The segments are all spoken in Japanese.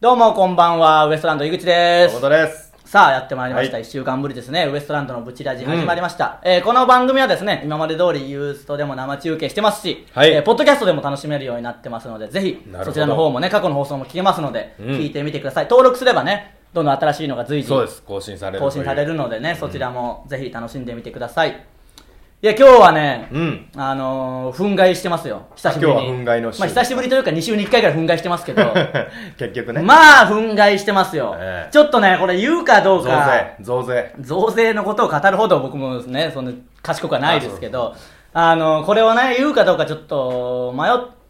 どうもこんばんは、ウエストランド井口です。山本です。さあ、やってまいりました。は一い週間ぶりですね。ウエストランドのブチラジ始まりました。えーこの番組はですね、今まで通りユーストでも生中継してますし、はいえーポッドキャストでも楽しめるようになってますので、ぜひなるほ、どそちらの方もね、過去の放送も聞けますので、うん聞いてみてください。登録すればね、どんどん新しいのが随時そうです。更新される。更新され。るのでね、そちらもぜひ楽しんでみてください。いや、今日はね、うん。 あのー、憤慨してますよ。久しぶりに。今日は憤慨の週まあ、久しぶりというか、2週に1回ぐらい憤慨してますけ ど。結局ね。まあ、憤慨してますよ、ええちょっとね、これ言うかどう増か、税。増税。増税のことを語るほど僕もですね、そんな賢くはないですけど、あの、これをね、言うかどうかちょっと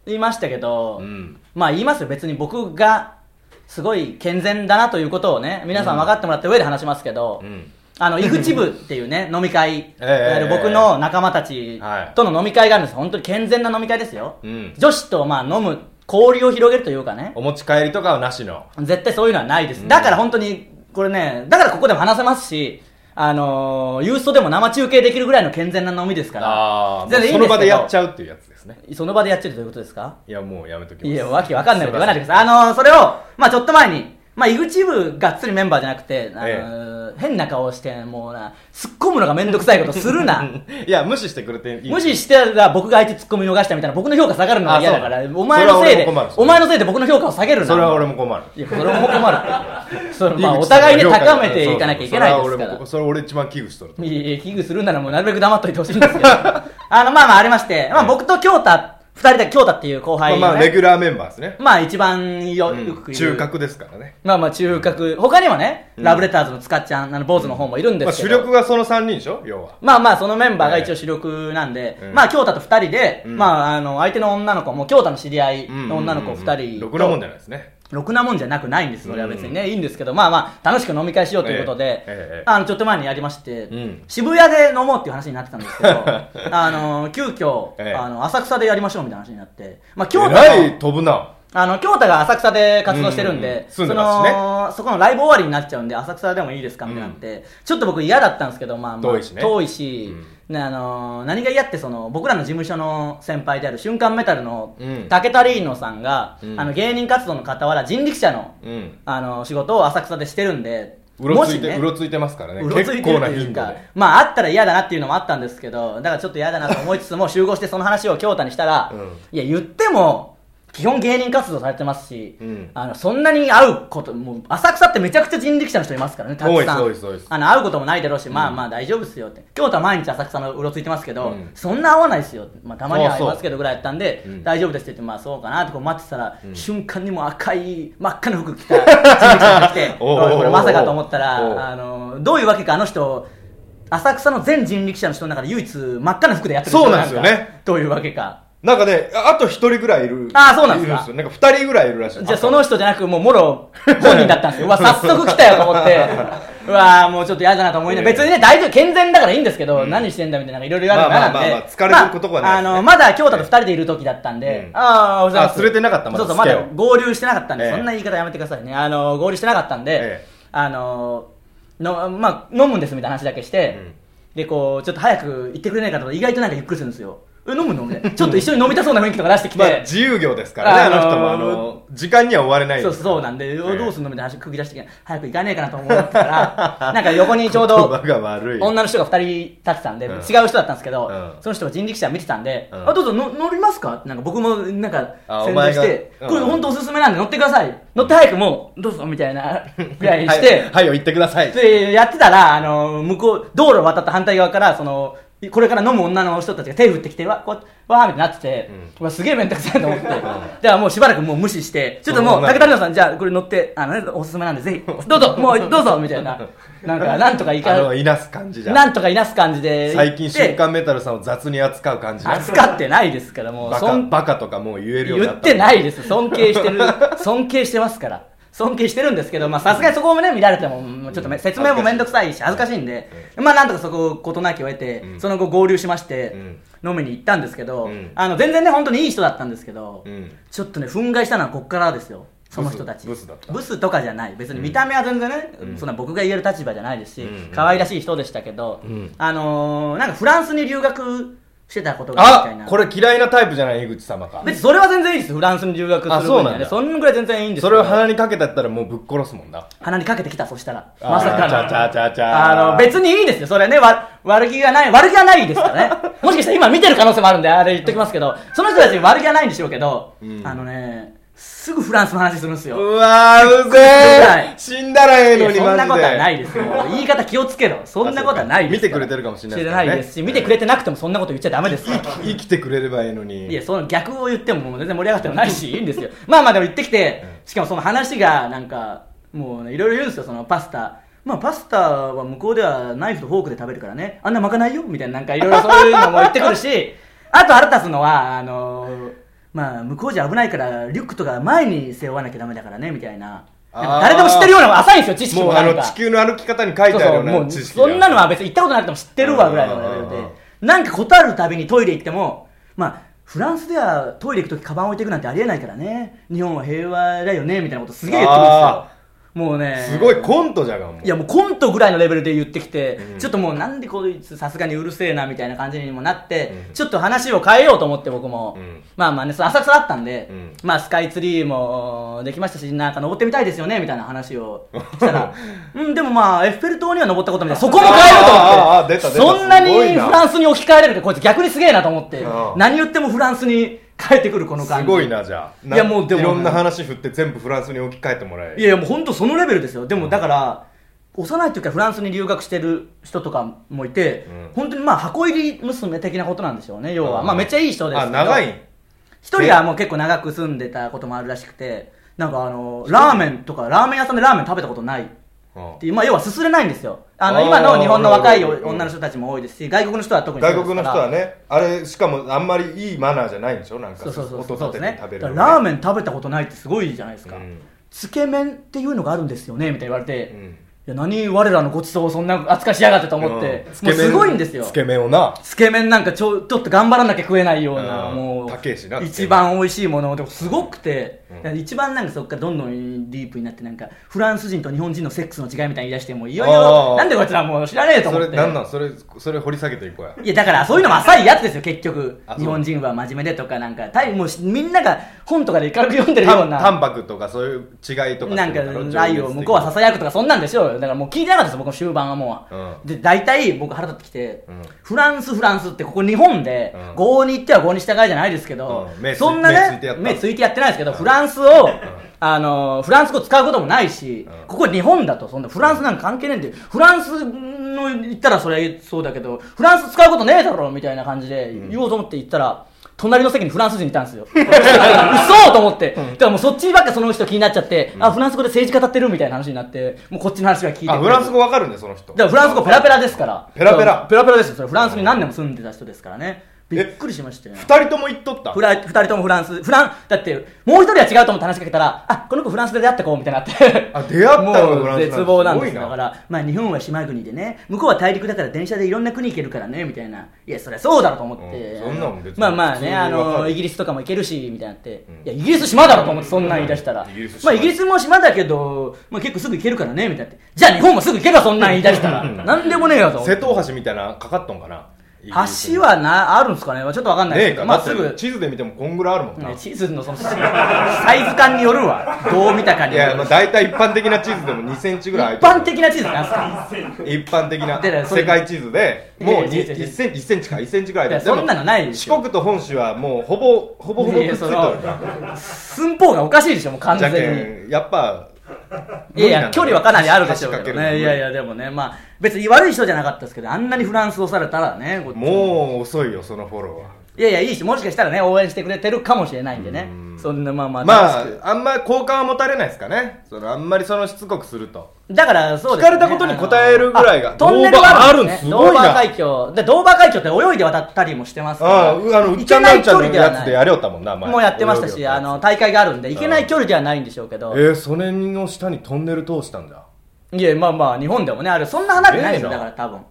迷いましたけど、うんまあ言いますよ、別に僕が、すごい健全だなということをね、皆さん分かってもらった上で話しますけど、うん。あの、井口部っていうね、飲み会、 ええ僕の仲間たちとの飲み会があるんです。本当に健全な飲み会ですよ。うん女子とまあ飲む、交流を広げるというかね。お持ち帰りとかはなしの。絶対そういうのはないです。うんだから本当に、これね、だからここでも話せますし、あのー、ユーストでも生中継できるぐらいの健全な飲みですから。ああ、もうその場でやっちゃゃうっていうやつですね。う。その場でやっちゃうということですかいや、もうやめ ときます。いや、わけわかんないこと言わないでくだいさい。あのー、それを、まあちょっと前に、まあ井口部がっつりメンバーじゃなくて、あのー変な顔して、もうな、突っ込むのがめんどくさいことするな。ま せん。いや、無視してくれていい。無視してたら僕が相手突っ込み逃したみたいな僕の評価下がるのは嫌だからあそうお前のせいでそれは俺も困るお前のせいで僕の評価を下げるなそれは俺も困る。いや、それも困るっていうそれまあ、井お口さんの互いね、評価高めていかなきゃいけないですかそうらそう。それは俺もそれ俺一番危惧しとると。いやいや、危惧するならもうなるべく黙っといてほしいんですけど。あの、まあまあありまして、まあ僕と京太、二人で京太っていう後輩、まあね、まあ、レギュラーメンバーですね。まあ一番よ、ようんく言う中。核ですからね。まあまあ中核。他にもね、うんラブレターズのつかっちゃん、あの、坊主の方もいるんでまあ、すけ主ど。力がその3人でしょ要は。まあまあ、そのメンバーが一応主力なんで、ええまあ、京太と二人で、うんまあ、あの、相手の女の子も、京太の知り合いの女の子二人とろくなもんじゃないですね。ろくなもんじゃなくないんです、それは別にね、いいんですけど、まあまあ、楽しく飲み会しようということで、ええええあのちょっと前にやりまして、うん渋谷で飲もうっていう話になってたんですけど、あの急遽、ええあの浅草でやりましょうみたいな話になって、まあ、京え太らいが飛ぶな。あの京太が浅草で活動してるんで、うんうんそ住んでますしねのそこのライブ終わりになっちゃうんで、浅草でもいいですかみたいになって、ちょっと僕、嫌だったんですけど、まあまあ、遠いしねしねあの何が嫌ってその、僕らの事務所の先輩である瞬間メタルのうん竹田リーノさんが、うんあの芸人活動の傍ら、人力車の。うん。あの仕事を浅草でしてるんで、うろついもて、しうろついてますからね。うろつい結てる構とないう頻度かで。、まあ、あったら嫌だなっていうのもあったんですけど、だからちょっと嫌だなと思いつつも、集合してその話を京太にしたら、うんいや、言っても、基本芸人活動されてますし、うんあのそんなに会うこと、もう浅草ってめちゃくちゃ人力車の人いますからね、たくさん。多いです多いです多いですあの会うこともないだろうし、まあまあ大丈夫ですよって。京都は毎日浅草のうろついてますけど、うんそんな会わないですよって。まあたまには会いますけどぐらいやったんで、そううん大丈夫ですって言って、まあそうかなってこう待ってたら、うん、瞬間にもう赤い、真っ赤な服着た人力車が来て おうおうおうおうこれまさかと思ったおうら、あのどういうわけかあの人浅草の全人力車の人の中で唯一真っ赤な服でやってる人そうなんですよねかどういうわけかなんかね、ああと一人ぐらいいる。あーそうなんですかいるよなんか二人ぐらいいるらしい。じゃあその人じゃなくもうも ろ本人だったんですようわ早速来たよと思ってうわもうちょっと嫌だなと思いながら別にね大丈夫健全だからいいんですけど、うん何してんだみたいなのがいろいろ言われるの嫌なんで、まあまあまあまあ疲れることはないですねまあ、あのまだ京太と二人でいる時だったんで、うんああおはようございますあ連れてなかったまだそうそうまだ付けを合流してなかったんで、ええそんな言い方やめてくださいねあの合流してなかったんで、ええあののまあ飲むんですみたいな話だけして、うんでこうちょっと早く行ってくれないかと思ったら意外となんかゆっくりするんですよえ飲むのみたいなちょっと一緒に飲みたそうな雰囲気とか出してきて、 まあ自由業ですからね、あの人も。あの、時間には追われないそうそうなんで、どうすんんのみたいな話区切らしてきて早く行かねえかなと思った から、なんか横にちょう言ど葉が悪い。女の人が2人立ってたんで、うん違う人だったんですけど、うんその人が人力車見てたんで、うんあどうぞの乗りますかってなんか僕もなんかあ宣伝して、お前こがれうん本当おすすめなんで乗ってください、乗って早くもうどうぞみたいなぐらいにして、はい、はいよ、行ってください。でやってたら、あの向こう道路を渡った反対側からそのこれから飲む女の人たちが手振ってきてわこうわーみたいになってて、うわすげえ面倒くさいと思って、じゃあもうしばらくもう無視してちょっともうそうなん竹だ田里奈さんじゃあこれ乗ってあの、ね、おすすめなんでぜひどうぞもうどうぞみたいななんかなんとかいあかの、いなす感じじゃん。なんとかいなす感じで最近、瞬瞬間間メタルさんを雑に扱う感じだ扱ってないですからもうバそカ、んバカとかもう言えるように言なっ。ったてないです尊敬してる 尊敬してますから尊敬してるんですけどまあさすがにそこもね見られてももうちょっとめ説明も面倒くさいし恥ずかしいんで、まあなんとかそこを事なきを得て、うんその後合流しまして、飲みに行ったんですけど、うんあの全然ね本当にいい人だったんですけど、うんちょっとね憤慨したのはこっからですよその人たちブスブスだったブスとかじゃない別に見た目は全然ね、そんな僕が言える立場じゃないですし、うん可愛らしい人でしたけど、うんあのーなんかフランスに留学してたことがあるみたいあなこれ嫌いなタイプじゃない江口様か別にそれは全然いいですよフランスに留学する分にはねあそうなんだそんぐらい全然いいんですけそどれを鼻にかけたったらもうぶっ殺すもんな鼻にかけてきたそしたらあーまさかちゃちゃちゃちゃのあの別にいいですよそれねわ悪気がない悪気がないですから ねもしかしたら今見てる可能性もあるんであれ言っときますけどその人たちに悪気はないんでしょうけど、うんあのねすぐフランスの話するんですうよわーうぜはいえ死んだらえいえのやにそんなことはないでですよ言い方気をつけろそんなことはないですあそうか見てくれてるかもしれなでいですすからねですし見てくれてなくてもそんなこと言っちゃダメですから生きてくれればええのにいや、その逆を言ってももう全然盛り上がってもない し、いいんですよ。まあまあでも言ってきて、しかもその話がなんか、もうね、いろいろ言うんですよ、そのパスタ。まあパスタは向こうではナイフとフォークで食べるからね、あんな巻かないよみたいななんかいろいろそういうのも言ってくる し、あと腹立つのは、あのーまあ向こうじゃ危ないからリュックとか前に背負わなきゃダメだからね、みたいな。なんか誰でも知ってるような浅いんですよ、知識ももうなあんか。の地球の歩き方に書いてあるそうそよううもなう知識そがんなのは別に行ったことなくても知ってるわぐらいのレベルうんうんうんでなんかことあるたびにトイレ行ってもまあフランスではトイレ行く時カバン置いていくなんてありえないからね日本は平和だよねみたいなことすげえ言ってくるんですよあもうねすごいコントじゃがもういやもうコントぐらいのレベルで言ってきて、うんちょっともうなんでこいつさすがにうるせえなみたいな感じにもなって、うんちょっと話を変えようと思って僕も、うんまあまあねその浅草だったんで、うんまあスカイツリーもできましたしなんか登ってみたいですよねみたいな話 をしたらうんでもまあエッフェル塔には登ったことみたいなそこも変えようと思って あああ出た出たそんなにすごいフなランスに置き換えれるってこいつ逆にすげえなと思ってああ何言ってもフランスに帰ってくるこの感じすごいなじゃあいやもうでもいろんな話振って全部フランスに置き換えてもらえいやいやもう本当そのレベルですよでもだから、幼い時からフランスに留学してる人とかもいて、うん本当にまあ箱入り娘的なことなんでしょうね要は、うんまあめっちゃいい人ですあけど長い一人はもう結構長く住んでたこともあるらしくてなんかあのラーメンとかラーメン屋さんでラーメン食べたことないうんっていう、まあ、要はすすれないんですよあのあー今の日本の若いなるほど女の人たちも多いですし外国の人は特にそうで外すか国らの人はねあれしかもあんまりいいマナーじゃないんでしょなんかそうそうそうそう音です立ててね食べるだのかねらラーメン食べたことないってすごいじゃないですか、うんつけ麺っていうのがあるんですよねみたいな言われて、うんいや何我らのごちそうをそんな扱いしやがってと思って、うんもうすごいんですよつけ麺をなつけ麺なんかちょちょっと頑張らなきゃ食えないような、うんもう高えしな一番美味しいものでもすごくて、うんだから一番なんかそっからどんどんディープになってなんかフランス人と日本人のセックスの違いみたいに言い出してもういよいあよーなんでこいつらもう知らねえと思そっれてなんなんそれそれ掘り下げてい こうやいやだからそういうのも浅いやつですよ結局あそう日本人は真面目でとかなんかたいもうしみんなが本とかで軽く読んでるよタうンなタンパクとかそういう違いとかなんか愛を向こうはささやくとかそんなんでしょうよだからもう聞いてなかったです僕の終盤はもう、うんで大体僕腹立ってきて、うんフランスフランスってここ日本で、うん合に行っては合に従いじゃないですけど、うん目つそんな目ついてやねった目ついてやってないですけど、フランスを、あのフランス語使うこともないし、うんここ日本だとそんなフランスなんか関係ねえんでフランスの行ったらそれそうだけどフランス使うことねえだろみたいな感じで言おうと思って行ったら、隣の席にフランス人いたん ですよ嘘と思って、だからもうそっちばっかその人気になっちゃって、あフランス語で政治語ってるみたいな話になってもうこっちの話が聞いてくれあるフランス語わかるんだよその人だからフランス語ペラペラですからペラペラそうペラペラですよそれフランスに何年も住んでた人ですからねびっくりしましたよ二人とも言っとったフラ二人ともフランスフランだってもう一人は違うと思って話しかけたらあこの子フランスで出会った子みたいになって あ出会ったのがフもラうンスなんだ絶望なんですすごいだなから、まあ、日本は島国でね向こうは大陸だから電車でいろんな国行けるからねみたいないやそりゃそうだろうと思って、うんそんなもん別にまあまあねあ普通にわかのるイギリスとかも行けるしみたいになって、ういんやイギリス島だろうと思ってそんなん言い出したら、うんイギリス島まあ、イギリスも島だけど、まあ、結構すぐ行けるからねみたいになってじゃあ日本もすぐ行けるわそんなん言い出したらなんでもねえよと思って瀬戸大橋みたいなのかかっとんかな橋はなあるんですかねちょっとわかんないねですえけどかまだあっすぐて地図で見てもこんぐらいあるもんなね地図のそのサイズ感によるわどう見たかいによやるまあ大体一般的な地図でも2センチぐらい一般的な地図なんすか一般的なだからそれ世界地図でもういやいや違う違う違う1センチ1センチか1センチぐらいいやででもそんなのないですよ四国と本州はもうほぼほぼほぼいやいやくっついてるから寸法がおかしいでしょもう完じゃ全にけんやっぱいやいや距離はかなりあるでしょう橋けかけどるの無ね理いやいやでもねまあ別に悪い人じゃなかったですけどあんなにフランスをされたらねこっちもう遅いよそのフォローうはいやいやいいしもしかしたらね応援してくれてるかもしれないんでねうんそんなまあまあまあ楽しくあんまり好感は持たれないですかねそのあんまりそのしつこくするとだからそうです、聞かれたことに答えるぐらいがあトンネルがあるんです、ね、ドドーーバーバーある海峡でドーバー海峡って泳いで渡ったりもしてますかあらあうあのうっ行ちゃけんななんいちゃ距ん離のではないやつでやりよったもんな前もうやってました泳ぎし、よったあやつの大会があるんで、行けない距離ではないんでしょうけど、えー、それの下にトンネル通したんだいや、まあまあ、日本でもね、あれ、そんな離れてないんですよ、ええだなから多分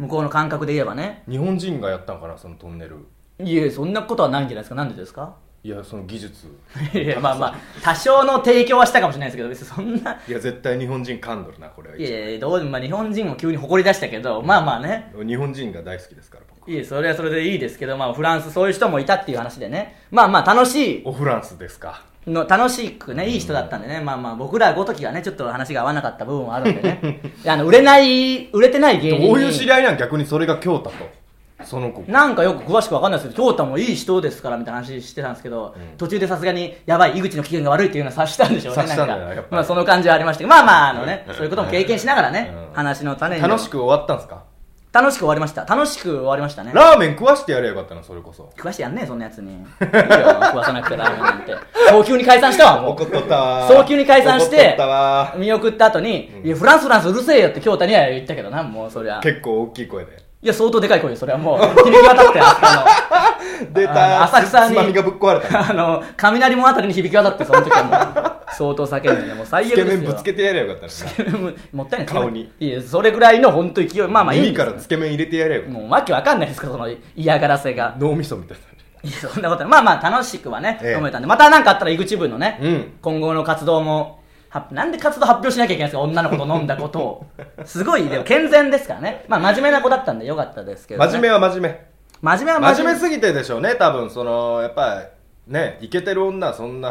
向こうの感覚で言えばね、日本人がやったんかなそのトンネルいや、そんなことはないんじゃないですか、なんでですかいやその技術いや、まあまあ、多少の提供はしたかもしれないですけど、別にそんな、いや絶対日本人噛んどるなこれはいやいや、どうでも、まあ、日本人を急に誇り出したけど、まあまあね、日本人が大好きですから僕いいそれはそれでいいですけど、まあ、フランスそういう人もいたっていう話でねまあまあ楽しおフランスですかいの楽しくねいい人だったんでね、まあまあ僕らごときがねちょっと話が合わなかった部分もあるんで ねいやあの売れない売れてないど芸人うにいう知り合いなん逆にそれが京太とその子なんかよく詳しくわかんないですけど、京太もいい人ですからみたいな話してたんですけど、うん途中でさすがに、やばい、井口の機嫌が悪いっていうのは察したんでしょうね、察したんだよなんやかっぱりまあその感じはありましたけど、まあまあ、あのねう、んそういうことも経験しながらね、うん話の種に。楽しく終わったんですか楽しく終わりました。楽しく終わりましたね。ラーメン食わしてやればよかったなそれこそ食わしてやんねえ、そんなやつに。いいよ、食わさなくてラーメンなんて。早急に解散したわ、も怒っう。とったわ早急に解散し怒っとってたわ、見送った後に、うんいや、フランスフランスうるせえよって京太には言ったけどな、もうそりゃ。結構大きい声でいや、相当でかい声よ、それはもう。響き渡って、あの。出たあ浅草につまみがぶっ壊れた あの雷門あたりに響き渡ってその時はもう相当叫んでねもう最つ悪けですよ麺ぶつけてやればよかったなもったいない顔にいやそれぐらいの本当勢いまあまあいいん耳でかすらつけ麺入れてやれよもうわけわかんないですからその嫌がらせが脳みそみたいいやそんなことないまあまあ楽しくはね、ええ飲めたんでまた何かあったら井口分のね、うん今後の活動もはなんで活動発表しなきゃいけないんですか女の子と飲んだことをすごいでも健全ですからねまあ真面目な子だったんでよかったですけど、なね、真面目は真面目真面目は真真面面目目すぎてでしょうね多分そのやっぱねイケてる女はそんな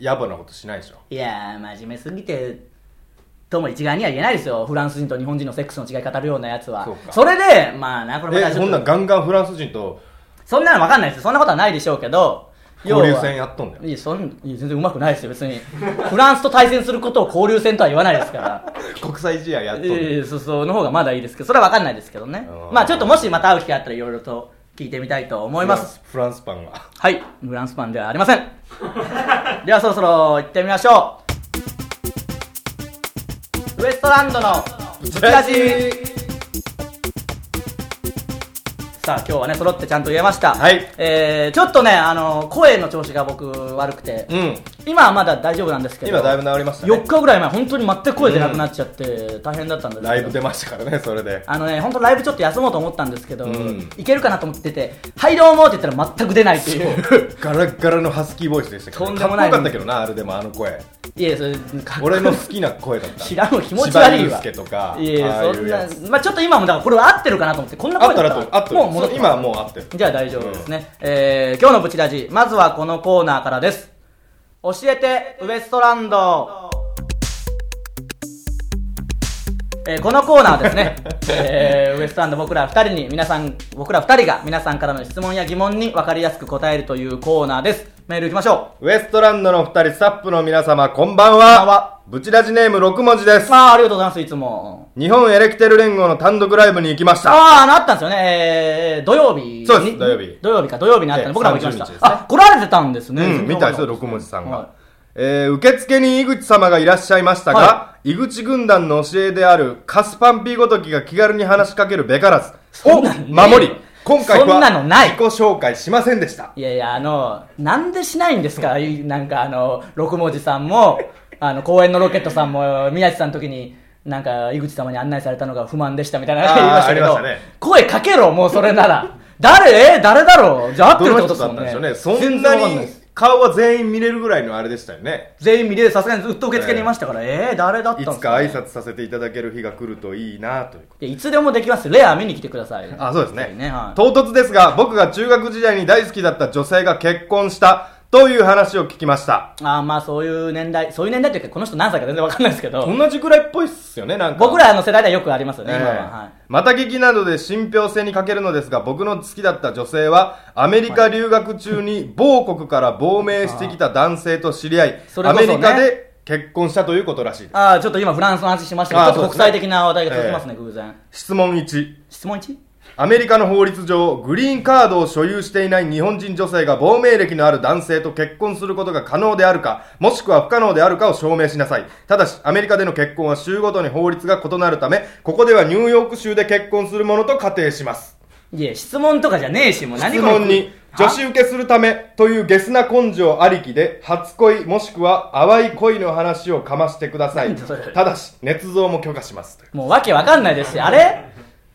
野暮なことしないでしょいやー真面目すぎてとも一概には言えないですよフランス人と日本人のセックスの違い語るようなやつはそうかれでまあなこれまえたちょそっんなんとガンガンフランス人とそんなの分かんないですよそんなことはないでしょうけど交流要は戦やっとんだよいやそんいや全然うまくないですよ別にフランスと対戦することを交流戦とは言わないですから国際試合やっとんだよええそうそうの方がまだいいですけどそれは分かんないですけどねあーまあちょっともしまた会う機会あったらいろいろと聞いてみたいと思いますフランスフランスパンがはいフランスパンではありません ではそろそろ行ってみましょうウエストランドのブチラジさあ今日はね揃ってちゃんと言えましたはいえー、ちょっとねあの声の調子が僕悪くてうん今はまだ大丈夫なんですけど今だいぶ治りました4ね日ぐらい前本当に全く声出なくなっちゃって大変だったんですけどライブ出ましたからねそれであのね、本当ライブちょっと休もうと思ったんですけど、うんいけるかなと思ってて、はい、どうもって言ったら全く出ないっていう。 ガラッガラのハスキーボイスでしたけどとんでかっもこないよかったけどなあれでもあの声いや、それ、かっこいい俺の好きな声だった知らん気持ち悪いわ。千葉雄介とかいやああいそんうやつな、まあちょっと今もだからこれは合ってるかなと思って、こんなあ声っただらったあったもう戻って今はもうあってるじゃあ大丈夫ですね。えー、今日のブチラジ、まずはこのコーナーからです。教えて、ウエストランド。えーこのコーナーはです ね、えーウエストランド僕ら2人に皆さん僕ら2人が皆さんからの質問や疑問に分かりやすく答えるというコーナーですメールいきましょウエストランドの二人スタッフの皆様こんばんこんばんははブチラジネーム6文字でうすまあありがとうございますいつも日本エレクテル連合の単独ライブに行きましたああなったんですよね、えー、土曜日にそうです土曜日土曜日か土曜日にあったんえでえ僕らも行きました、 30日ですねあ来られてたんですね、うん、見たいですよ、六六文字さんが。はえー受付に井口様がいらっしゃいましたが、は井口軍団の教えである、カスパンピーごときが気軽に話しかけるべからず、そをんなのね守り、今回はそんなのない自己紹介しませんでした。い、いやいやあのなんでしないんですかいなんかあの六文字さんもあの公園のロケットさんも宮地さんの時になんか井口様に案内されたのが不満でしたみたいなあー言いましたけどありましたね声かけろもうそれなら誰え誰だろうじゃあ合ってるどってこのと人ですだもっんたねんでしょうね。そんな全然わかんいにです顔は全員見れるぐらいのあれでしたよね。全員見れさすがにずっと受付にいましたから、えー、誰だったんいですつかね挨拶させていただける日が来るといいなということいやいつでもできますよレア見に来てくださいあ、そうですね。はい唐突ですが、僕が中学時代に大好きだった女性が結婚したという話を聞きました。あーまあそういう年代そういう年代というかこの人何歳か全然わかんないですけど同じくらいっぽいっすよねなんか僕らの世代ではよくありますよえね、え今は、はい、また聞きなどで信憑性に欠けるのですが僕の好きだった女性はアメリカ留学中に某国から亡命してきた男性と知り合い、それアこそメねリカで結婚したということらしいですああちょっと今フランスの話しましたあけーどちょっと国そうですね際的な話題が続きますね、偶然質問1質問 1? アメリカの法律上グリーンカードを所有していない日本人女性が亡命歴のある男性と結婚することが可能であるかもしくは不可能であるかを証明しなさいただしアメリカでの結婚は州ごとに法律が異なるためここではニューヨーク州で結婚するものと仮定しますいや質問とかじゃねえしもう何質この問に女子受けするためというゲスな根性ありきで初恋もしくは淡い恋の話をかましてくださないんだそれただし捏造も許可しますもうわけわかんないですしあれ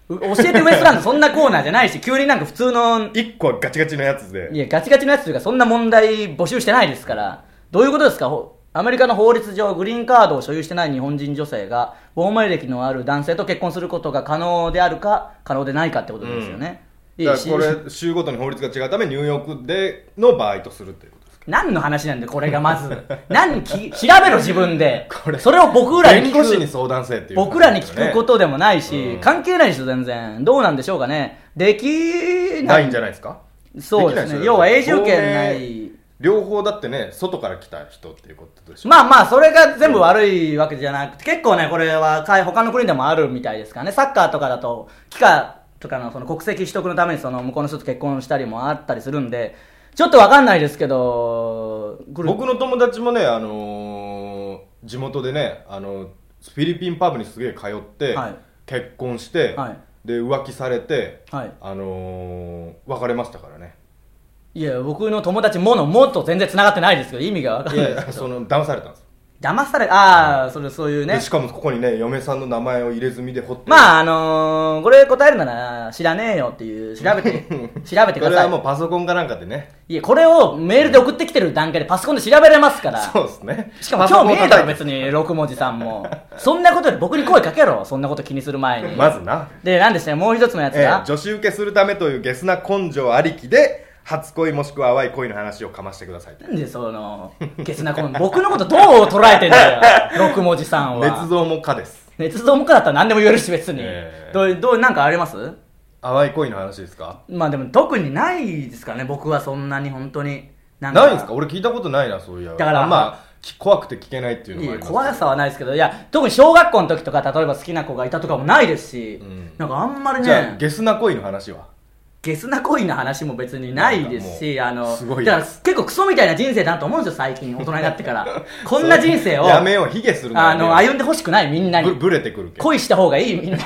う教えてウエストランドそんなコーナーじゃないし急になんか普通の1個はガチガチのやつでいやガチガチのやつというかそんな問題募集してないですからどういうことですかほアメリカの法律上グリーンカードを所有してない日本人女性が亡命歴のある男性と結婚することが可能であるか可能でないかってことですよね、いだいかしらこれ州ごとに法律が違うためニューヨークでの場合とするっていうことです何の話なんだよこれがまず 何き調べろ自分で これそれを僕らに弁聞護士にく相談せえっていう僕らに聞くこねとでもないし、うん関係ないでしょ全然どうなんでしょうかねできなないんいじゃないですかそうですね要は永住権な亡命い両方だってね外から来た人っていうことでしょまあまあ、それが全部悪いわけじゃなくて、結構ね、これは海他の国でもあるみたいですからね、サッカーとかだと、帰化とかのその国籍取得のためにその向こうの人と結婚したりもあったりするんで、ちょっとわかんないですけど、グループ僕の友達もね、あのー地元でね、あのーフィリピンパブにすげえ通って、はい結婚して、はいで浮気されて、はいあのー別れましたからねいや、僕の友達ものもっと全然繋がってないですけど、意味がわかいんなやいいですけや そど。の騙されたんですよ騙され、ああ、それ、そういうねで。しかもここにね嫁さんの名前を入れ墨で彫ってあまあ、あのー、これ答えるなら、知らねえよっていう、調べ て、調べてくこだれさはもうい。パソコンかなんかでねいや、これをメールで送ってきてる段階でパソコンで調べれますから。そうですねしかも今日見えたろパソ別に6文字さん もそんなことより僕に声かけろそんなこと気にする前コン叩いてにまずな、で何でしたよもう一つのやつえがー、、女子受けするためというゲスな根性ありきで初恋もしくは淡い恋の話をかましてくださいなんでそのゲスなこの僕のことどう捉えてんだ よ6文字さんは捏造もかです熱造もかだったら何でも言えるし別に、ええどうどうなんかあります淡い恋の話ですかまあでも特にないですからね僕はそんなに本当になないんですか俺聞いたことないなそういやだからあんまき怖くて聞けないっていうのいもやあります怖さはないですけどいや特に小学校の時とか例えば好きな子がいたとかもないですし、うんなんかあんまりねじゃあゲスな恋の話はゲスな恋の話も別にないですし、あなんかもうの、すごいだから結構クソみたいな人生だなと思うんですよ、最近、大人になってから。こんな人生を、 やめよう卑下するあの、や歩んでほしくない、みんなめようぶに。ぶれてくるけど恋した方がいい、 みんな。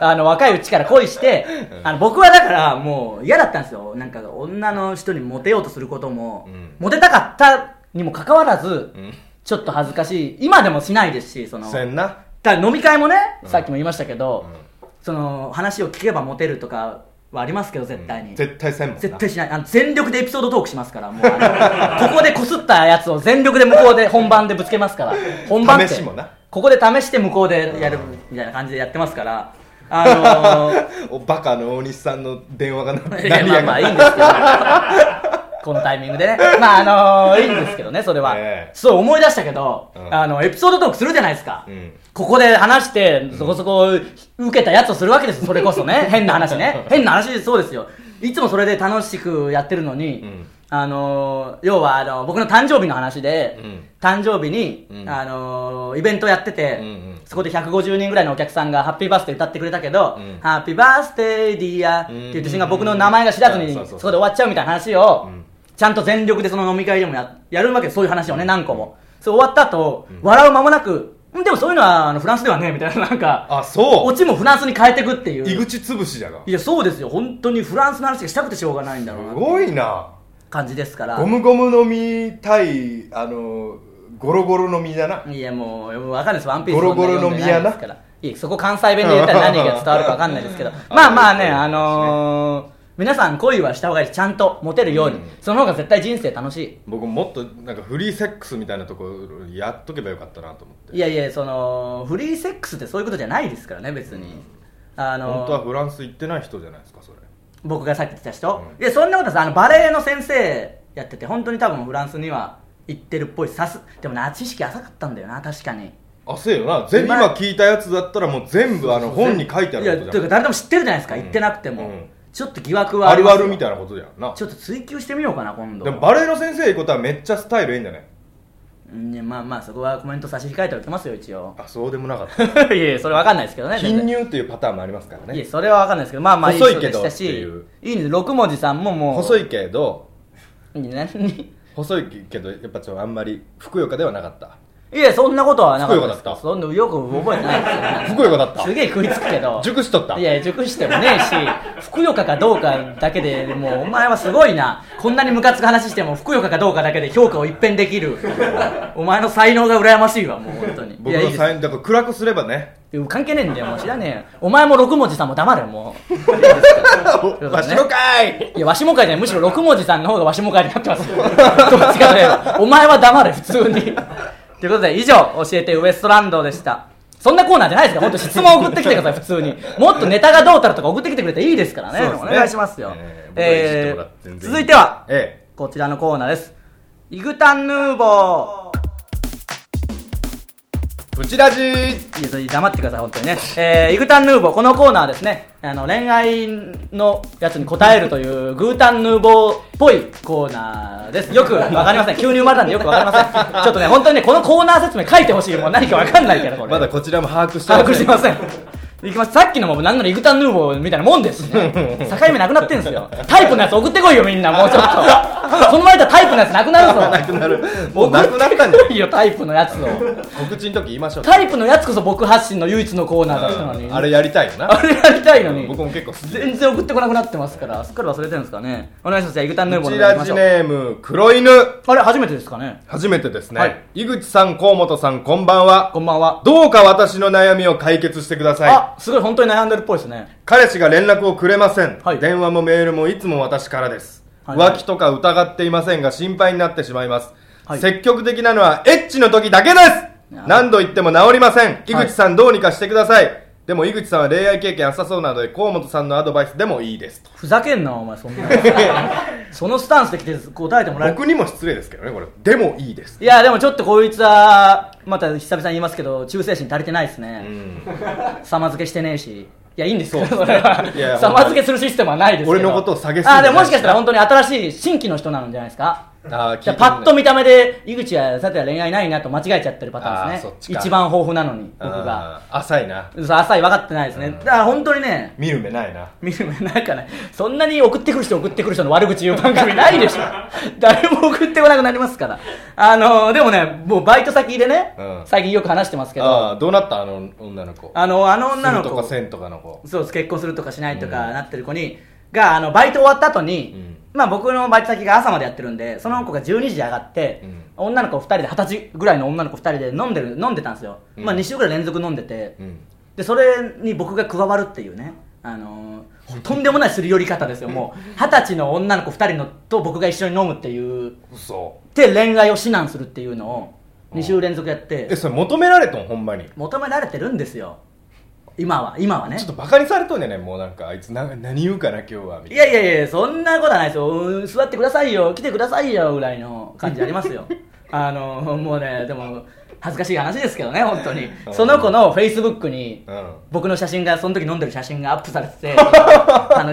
あの、若いうちから恋して、あの、僕はだからもう嫌だったんですよ。なんか、女の人にモテようとすることも、うんモテたかったにもかかわらず、うんちょっと恥ずかしい。今でもしないですし、その、せんなただ飲み会もね、さっきも言いましたけど、うその、話を聞けばモテるとかはありますけど、絶対に。ん絶対せんもんな絶対しないあの全力でエピソードトークしますからもうあの ここでこすったやつを全力で向こうで本番でぶつけますから本番って試しもなここで試して向こうでやるみたいな感じでやってますからあのー おバカの大西さんの電話がな いや何まあやまがあいいんですけどこのタイミングでねまああのーいいんですけどねそれは、ええそう思い出したけど、うんあのエピソードトークするじゃないですか、うんここで話してそこそこ受けたやつをするわけですそれこそ ね変な話ね変な話そうですよいつもそれで楽しくやってるのに、うんあのー要はあの僕の誕生日の話で、うん誕生日に、うんあのーイベントやってて、うんうんそこで150人ぐらいのお客さんが「ハッピーバースデー」歌ってくれたけど「うんハッピーバースデーディア」って言って瞬間僕の名前が知らずにうんうんうそんこで終わっちゃうみたいな話をうんちゃんと全力でその飲み会でもややるわけですそういう話をね何個もそう終わった後笑う間もなくんでもそういうのはあのフランスではねみたいななんかあそオうチもフランスに変えてくってい井う口潰しじゃがいやそうですよ本当にフランスの話がしたくてしょうがないんだろうすなってごいな感じですからゴムゴム飲み対あのゴロゴロ飲みだないやもう分かんないですワンピースゴロゴロのそんな読んで宮ないなですからいやそこ関西弁で言ったら何が伝わるか分かんないですけどまあまあねあのー皆さん恋はした方がいいですちゃんとモテるように、うんその方が絶対人生楽し僕もっとなんかフリーセックスみたいなところやっとけばよかったなと思っていいやいやそのフリーセックスってそういうことじゃないですからね別に、あ本の当はーフランス行ってない人じゃないですかそれ僕がさっき言ってた人、うんいやそんなことさあのバレエの先生やってて本当に多分フランスには行ってるっぽいさすでもな知識浅かったんだよな確かに焦るよな全部今今聞いたやつだったらもう全部あの本に書いてあいるこやとというじかゃん誰でも知ってるじゃないですか、うん言ってなくても、うんちょっと疑惑はありるますあよるみたいなことじゃんなちょっと追求してみようかな今度でもバレエの先生行くことはめっちゃスタイルいいんだねうんいやまあまあそこはコメント差し控えておきますよ一 応あそうでもなかったいやいや それわかんないですけどね貧乳っていうパターンもありますからいやねそれはわかんないですけどまあまあ細い人でしたしけどっていういいんです6文字さんももう細いいけど何細いけどやっぱちょっとあんまりふくよかではなかった いやそんなことはなかったですふくよかだったそんなよく覚えてないです ふよくよかだったすげえ食いつくけど熟しとったいや熟してもねえ しふくよかかどうかだけでもうお前はすごいなこんなにムカつく話してもふくよかかどうかだけで評価を一変で きるお前の才能が羨ましいわもう本当に僕いやいいのですサインだから暗くすればねいや関係ねえんだよもう知らねえよお前も六文字さんも黙れよもういいですからそういうことわねしのかいいやわしも会じゃないむしろ六文字さんの方がわしも会になってますよ どっちかといえばお前は黙れ普通にということで以上教えてウエストランドでしたそんなコーナーじゃないですから、本当質問送ってきてください、普通に。もっとネタがどうたらとか送ってきてくれていいですからね。そうですおね願いしますよ。えー僕らいじってもらって全然続いては、えこちらのコーナーです。イグタンヌーボー。えブチラジいやそれ黙ってください、本当にね。えー、イグタンヌーボー、このコーナーはですね、あの、恋愛のやつに答えるという、グータンヌーボーっぽいコーナーです。よくわかり ません。急に生まれたんでよくわかりません。ちょっとね、本当にね、このコーナー説明書いてほしい。もう何かわかんないから、これ。まだこちらも把握して把握してません。いきます。さっきのもなんならイグタンヌーボーみたいなもんですしね。境目なくなってんすよ。タイプのやつ送ってこいよ、みんな。もうちょっと。その前だタイプのやつなくなるぞ。 なくなるもうなくなったんじ送ゃっなてこいいよ、タイプのやつを。告知の時言いましょうタイプのやつこそ僕発信の唯一のコーナーだったのに。うんあれやりたいよなあれやりたいのに。僕も結構好き全然送ってこなくなってますから、すっかり忘れてるんですかね。お願いします。じゃあ、イグタンヌーボブーチの方行きラましジょうネーム黒犬あれ、初めてですかね。初めてですね、はい井口さん河本さんこんばんはこんばんは。どうか私の悩みを解決してくださいあ、すごい、本当に悩んでるっぽいですね。彼氏が連絡をくれません、はい電話もメールもいつも私からです、はいはい浮気とか疑っていませんが心配になってしまいます、はい積極的なのはエッチの時だけですなるほど何度言っても治りません井口さんどうにかしてください、でも井口さんは恋愛経験浅そうなので河本さんのアドバイスでもいいですとふざけんなお前そんな そのスタンスで来て答えてもらえる僕にも失礼ですけどねこれでもいいですいやでもちょっとこいつはまた久々に言いますけど忠誠心足りてないですうね、ん様付けしてねえしいやいいんですよそうそ れいやは様付けするシステムはないですけど俺のことを下げすぎてないあでももしかしたら本当に新しい新規の人なんじゃないですかあー聞いてじゃみあないパッと見た目で井口はさては恋愛ないなと間違えちゃってるパターンですあーねそっちか一番豊富なのに僕があー浅いなそう浅い分かってないですねだから本当にね見る目ないな見る目なんかね、そんなに送ってくる人送ってくる人の悪口言う番組ないで しょ。誰も送ってこなくなりますから。あのー、でもね、もうバイト先でね、うん最近よく話してますけど、ああどうなったあの女の子あの、あの女のすると子か、せんとかの子そうです、結婚するとかしないとかなってる子に、が、あの、バイト終わった後に、うんまあ僕のバイト先が朝までやってるんで、その子が12時上がって、女の子2人で、20歳ぐらいの女の子2人で飲んでる、飲んでたんですよ。うんまあ2週ぐらい連続飲んでて、うんでそれに僕が加わるっていうね、あのーとんでもないすり寄り方ですよもう 二十歳の女の子2人のと僕が一緒に飲むっていう嘘で恋愛を指南するっていうのを2週連続やってえそれ求められとんほんまに求められてるんですよ今は今はねちょっとバカにされとんねんねもうなんかあいつな何言うかな今日はみいたいやいやいやそんなことはないですようん座ってくださいよ来てくださいよぐらいの感じあります よあのーもうねでも恥ずかしい話ですけどね本当 にうんその子のフェイスブックになうん僕の写真がその時飲んでる写真がアップされ てて楽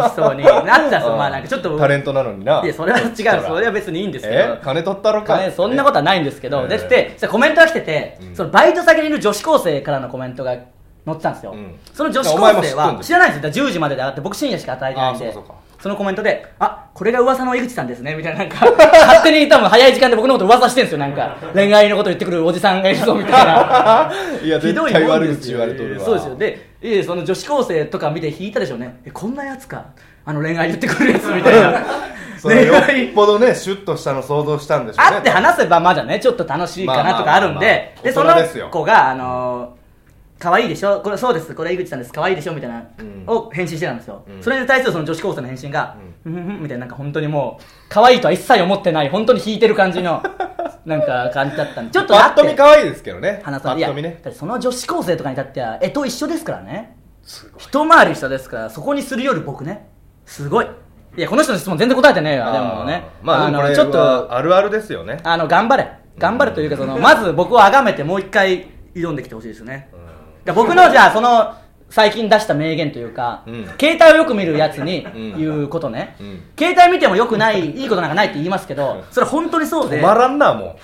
しそうになってたんですよまあなんかちょっとタレントなのにないやそれは違うそれは別にいいんですけえど金取ったろか金そんなことはないんですけえどえでしてそしたらコメントが来ててうんそのバイト先にいる女子高生からのコメントが載ってたんですようんその女子お前も高知っ生とんはじゃん知らないんですよだから10時までで上がって僕深夜しか働いてないんあでそうかそうかそのコメントで「あこれが噂の江口さんですね」みたいななん か勝手に多分早い時間で僕のこと噂してるんですよなんか恋愛のこと言ってくるおじさんがいるぞみたいな いやひど絶いもんです対よ悪口言われとるわそうですよでいえその女子高生とか見て引いたでしょうねえこんなやつかあの恋愛言ってくるやつみたいな それ恋よ愛っぽどねシュッとしたの想像したんでしょうね会って話せばまだねちょっと楽しいかなとかあるんまあまあまあでまあでそ大人ですよの子があのー可愛いでしょこれそうですこれ井口さんです可愛いでしょみたいな、うんを返信してたんですよ、うんそれに対するその女子高生の返信が、うん、ふんふんみたいななんか本当にもう可愛いとは一切思ってない本当に引いてる感じのなんか感じだったんでちょっとパッと会見って可愛いですけどね話さパないいッやと見ねだってその女子高生とかに至ってはえと一緒ですからねすごい一回り下ですからそこにするより僕ねすごいいやこの人の質問全然答えてねえわでもねあーまあでもこれちょっとはあるあるですよねあの頑張れ頑張れというかそのまず僕をあがめてもう一回挑んできてほしいですねだから僕のじゃあその最近出した名言というか、うん携帯をよく見るやつにうん言うことね、うん携帯見てもよくないいいことなんかないって言いますけどそれ本当にそうで止まらんなも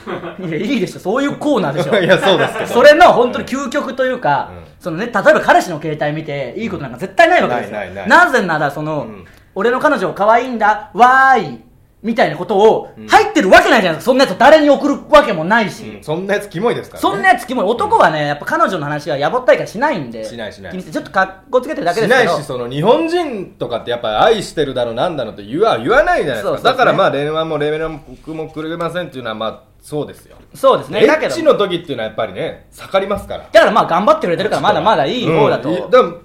いやいいでしょそういうコーナーでしょう いやそうですけど それの本当に究極というか、うんそのね、例えば彼氏の携帯見ていいことなんか絶対ないわけですよないないないぜならその、うん俺の彼女可愛いんだわーいみたいなことをうん入ってるわけないじゃないですかそんなやつ誰に送るわけもないし、うんそんなやつキモいですからねそんなやつキモい男はねやっぱ彼女の話はやぼったいからしないんでしないしない気にてちょっと格好つけてるだけですしけなどいしその日本人とかってやっぱ愛してるだろなんだのって言わ言わないじゃないですかそうそうですねだからまあ恋愛も恋愛も僕もくれませんっていうのはまあそうですよそうですねエだけッどチの時っていうのはやっぱりね盛りますからだからまあ頑張ってくれてるからまだまだいい方だと、うんいでも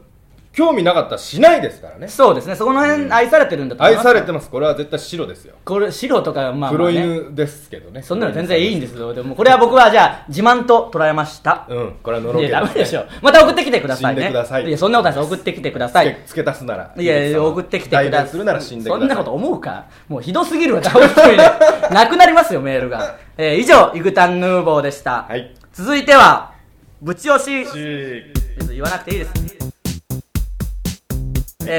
興味なかったらしないですからねそうですねそこの辺愛されてるんだと思い愛ますされてますこれは絶対白ですよこれ白とかまあま黒あ、ね、犬ですけどねそんなの全然いいんですけどでもこれは僕はじゃあ自慢と捉えましたうんこれはのろいけやダメでしょまた送ってきてくださいね死んでくださいやそんなことないです送ってきてくだつさいけ付け足すならいやいや送ってきてくだ代弁するなら死んでくださいそんなこと思うかもうひどすぎるわダブルストーリ ーでなくなりますよメールが、えー以上イグタンヌーボーでした、はい続いてはブチ押しし言わなくていいです、えー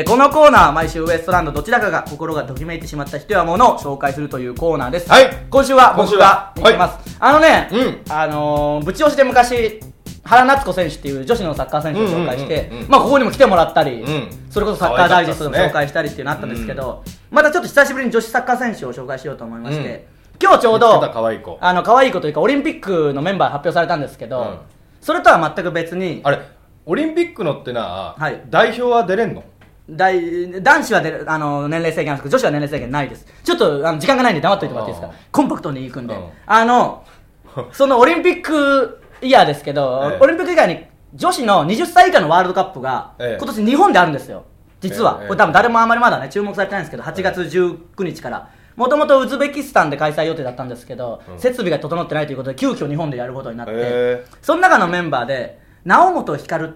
このコーナーは毎週ウエストランドどちらかが心がときめいてしまった人やものを紹介するというコーナーです、はい今週は今僕週がは行きます、あのね、うあのー、ぶち押しで昔原夏子選手っていう女子のサッカー選手を紹介してうんうんうんうんまあここにも来てもらったり、うんそれこそサッカーダイジェストでも紹介したりっていうのあったんですけどまたちょっと久しぶりに女子サッカー選手を紹介しようと思いまして、今日ちょう見どつけた可愛い子あの可愛い子というかオリンピックのメンバー発表されたんですけど、うんそれとは全く別にあれオリンピックのってな、はい代表は出れんの 大男子は出るあの年齢制限あるんですけど女子は年齢制限ないですちょっとあの時間がないんで黙っといてもらっていいですかあコンパクトにいくんでうんあのそのオリンピックイヤーですけど、ええオリンピック以外に女子の20歳以下のワールドカップが、ええ今年日本であるんですよ実は、ええこれ多分誰もあまりまだね注目されてないんですけど8月19日からもともとウズベキスタンで開催予定だったんですけど、うん設備が整ってないということで急遽日本でやることになって、ええその中のメンバーで猶本光っ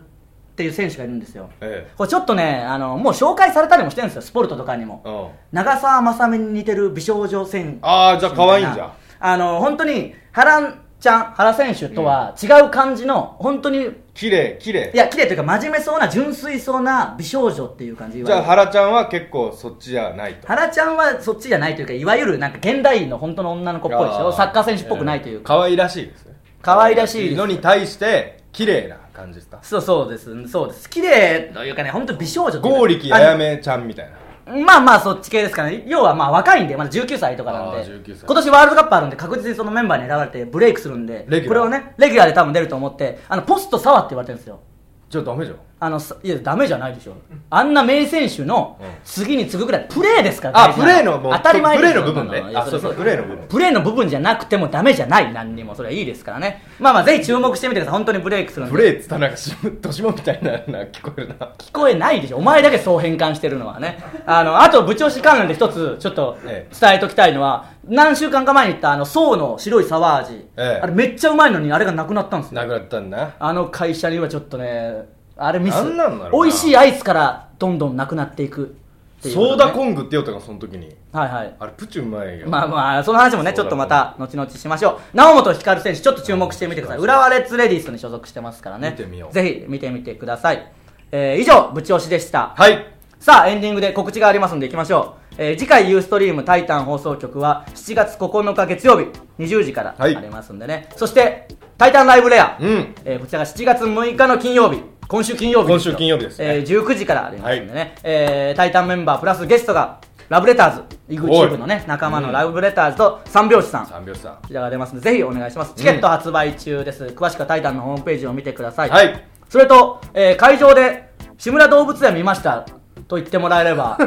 ていう選手がいるんですよ、えこれちょっとねあのもう紹介されたりもしてるんですよスポルトとかにも、えうん長澤まさみに似てる美少女選手あーじゃあ可愛いんじゃんあの本当に原ちゃん原選手とは違う感じの、本当に綺麗綺麗いや綺麗というか真面目そうな純粋そうな美少女っていう感じいわじゆゃるあ原ちゃんは結構そっちじゃないと原ちゃんはそっちじゃないというかいわゆるなんか現代の本当の女の子っぽいでしょあサッカー選手っぽくないというか、可愛らしいですね可愛らしいですのに対して綺麗な感じですかそうそうですそうです綺麗というかね本当美少女というか剛力あやめちゃんみたいなまあまあそっち系ですかね要はまあ若いんでまだ19歳とかなんあでー19歳今年ワールドカップあるんで確実にそのメンバーに選ばれてブレイクするんでレギュラーこれをねレギュラーで多分出ると思ってあのポスト沢って言われてるんですよじゃあダメじゃんあのさいやダメじゃないでしょあんな名選手のうん次に次ぐくらいプレーですからあ大事なプレーのもう当たり前ですよプレーの部分そんねなのいやあそうそうれプレーの部分プレーの部分じゃなくてもダメじゃない何にもそれはいいですからねまあまあぜひ注目してみてください本当にブレイクするんでプレーっつったらなんかし年もみたいなな聞こえるな聞こえないでしょお前だけそう変換してるのはねあのあと部長士関連で一つちょっと伝えええときたいのは、何週間か前に言ったあの層の白いサワー味、ええあれめっちゃうまいのにあれがなくなったんですよなくなったんだあの会社にはちょっとねあれミスなんなんだろうな美味しいアイスからどんどんなくなっていくっていうこソとーでダコングって言おうとかその時にはいはいあれプチうまいよまあまあその話もねちょっとまた後々しましょう猶本光選手ちょっと注目してみてください浦和レッズレディースに所属してますからね見てみようぜひ見てみてください、えー以上ぶち押しでしたはいさあエンディングで告知がありますんでいきましょう、えー次回ユーストリームタイタン放送局は7月9日月曜日20時からあはいりますんでね、そしてタイタンライブレア、うんえーこちらが7月6日の金曜日今週金曜日今週金曜日ですねえー19時からありますんでね、えータイタンメンバープラスゲストがラブレターズイグチーブのねおい仲間のラブレターズと三拍子さんこ三拍子さんちらが出ますのでぜひお願いしますチケット発売中です、詳しくはタイタンのホームページを見てください、はいそれと、えー会場で志村動物園見ましたと言ってもらえれ ば、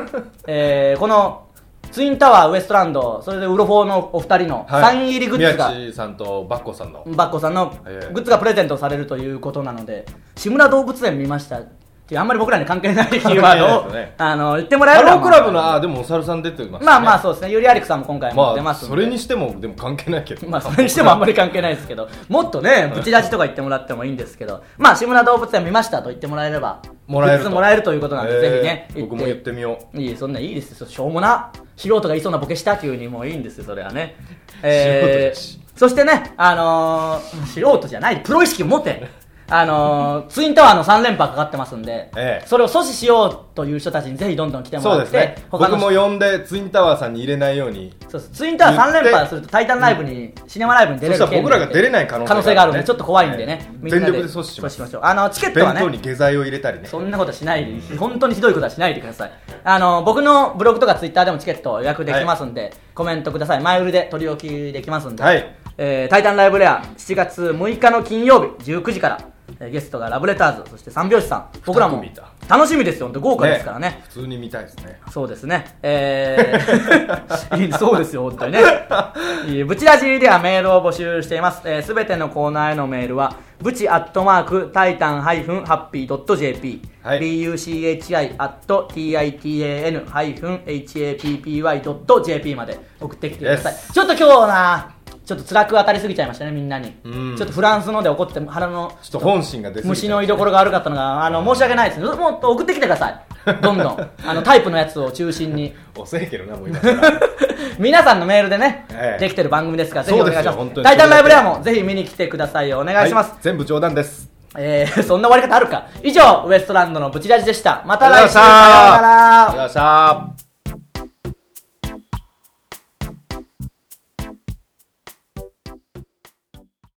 えーこのツインタワーウエストランドそれでウロフォーのお二人のはいサイン入りグッズが、宮地さんとバッコさんのバッコさんのはいはいグッズがプレゼントされるということなので志村動物園見ましたっていうあんまり僕らに関係 ないキーワード関係ないでを、すねあの言ってもらえハればロークラブのあーでもお猿さん出てますねまあまあそうですねゆりありくさんも今回も出ままあすんで、それにしてもでも関係ないけどまあ、それにしてもあんまり関係ないですけど、もっとね、ブチラジとか言ってもらってもいいんですけど、まあ、志村動物園見ましたと言ってもらえれば、もらえるグッとズもらえるということなんで、えーぜひね、僕も言ってみよいいそんないいですよしょうもな素人が言いそうなボケした急にもういいんですよそれはね、素人えだしー、そしてねあのー、素人じゃないプロ意識を持ってあのー、ツインタワーの3連覇かかってますんで、ええそれを阻止しようという人たちにぜひどんどん来てうもそらうでっすて、ね他僕のも呼んでツインタワーさんに入れないようにそうですツインタワー3連覇すると「タイタンライブに」シネマライブに出れるそしたら僕らが出れない可能性があるねがあるんでちょっと怖いんでね、はいみんな全力で阻止します阻ましょうあのチケットは弁ね当に下剤を入れたりねそんなことしないで、本当にひどいことはしないでください。あの、僕のブログとかツイッターでもチケット予約できますんで、コメントください。前売りで取り置きできますんで、はいえータイタンライブレア、7月6日の金曜日、19時から、えーゲストがラブレターズそして三拍子さん僕らも二組い楽しみですよ本当豪華ですからね普通に見たいですねそうですね。えー いいね、そうですよ、本 当にね。いいブチラジではメールを募集しています。す、えー、べ、てのコーナーへのメールは、ブチアットマーク、タイタンハイフンハッピードット JP、はい BUCHI アット TITAN ハイフン HAPPY ドット JP まで送ってきてください。でちょっと今日な、ちょっと辛く当たりすぎちゃいましたね、みんなに。うんちょっとフランスので怒って、腹のちょっと本心が出すぎて虫の居所が悪かったのがあの申し訳ないですもっと送ってきてくださいどんど んあのタイプのやつを中心に遅いけどなもう今から皆さんのメールでね、ええできてる番組ですからぜひお願いしそうですよ本ま当す「にタイタンライブレア」もぜひ見に来てくださいよお願いします、はい全部冗談ですえーそんな終わり方あるか以上ウエストランドのブチラジでしたまた来週ありがとうございましさたようならありがとうございました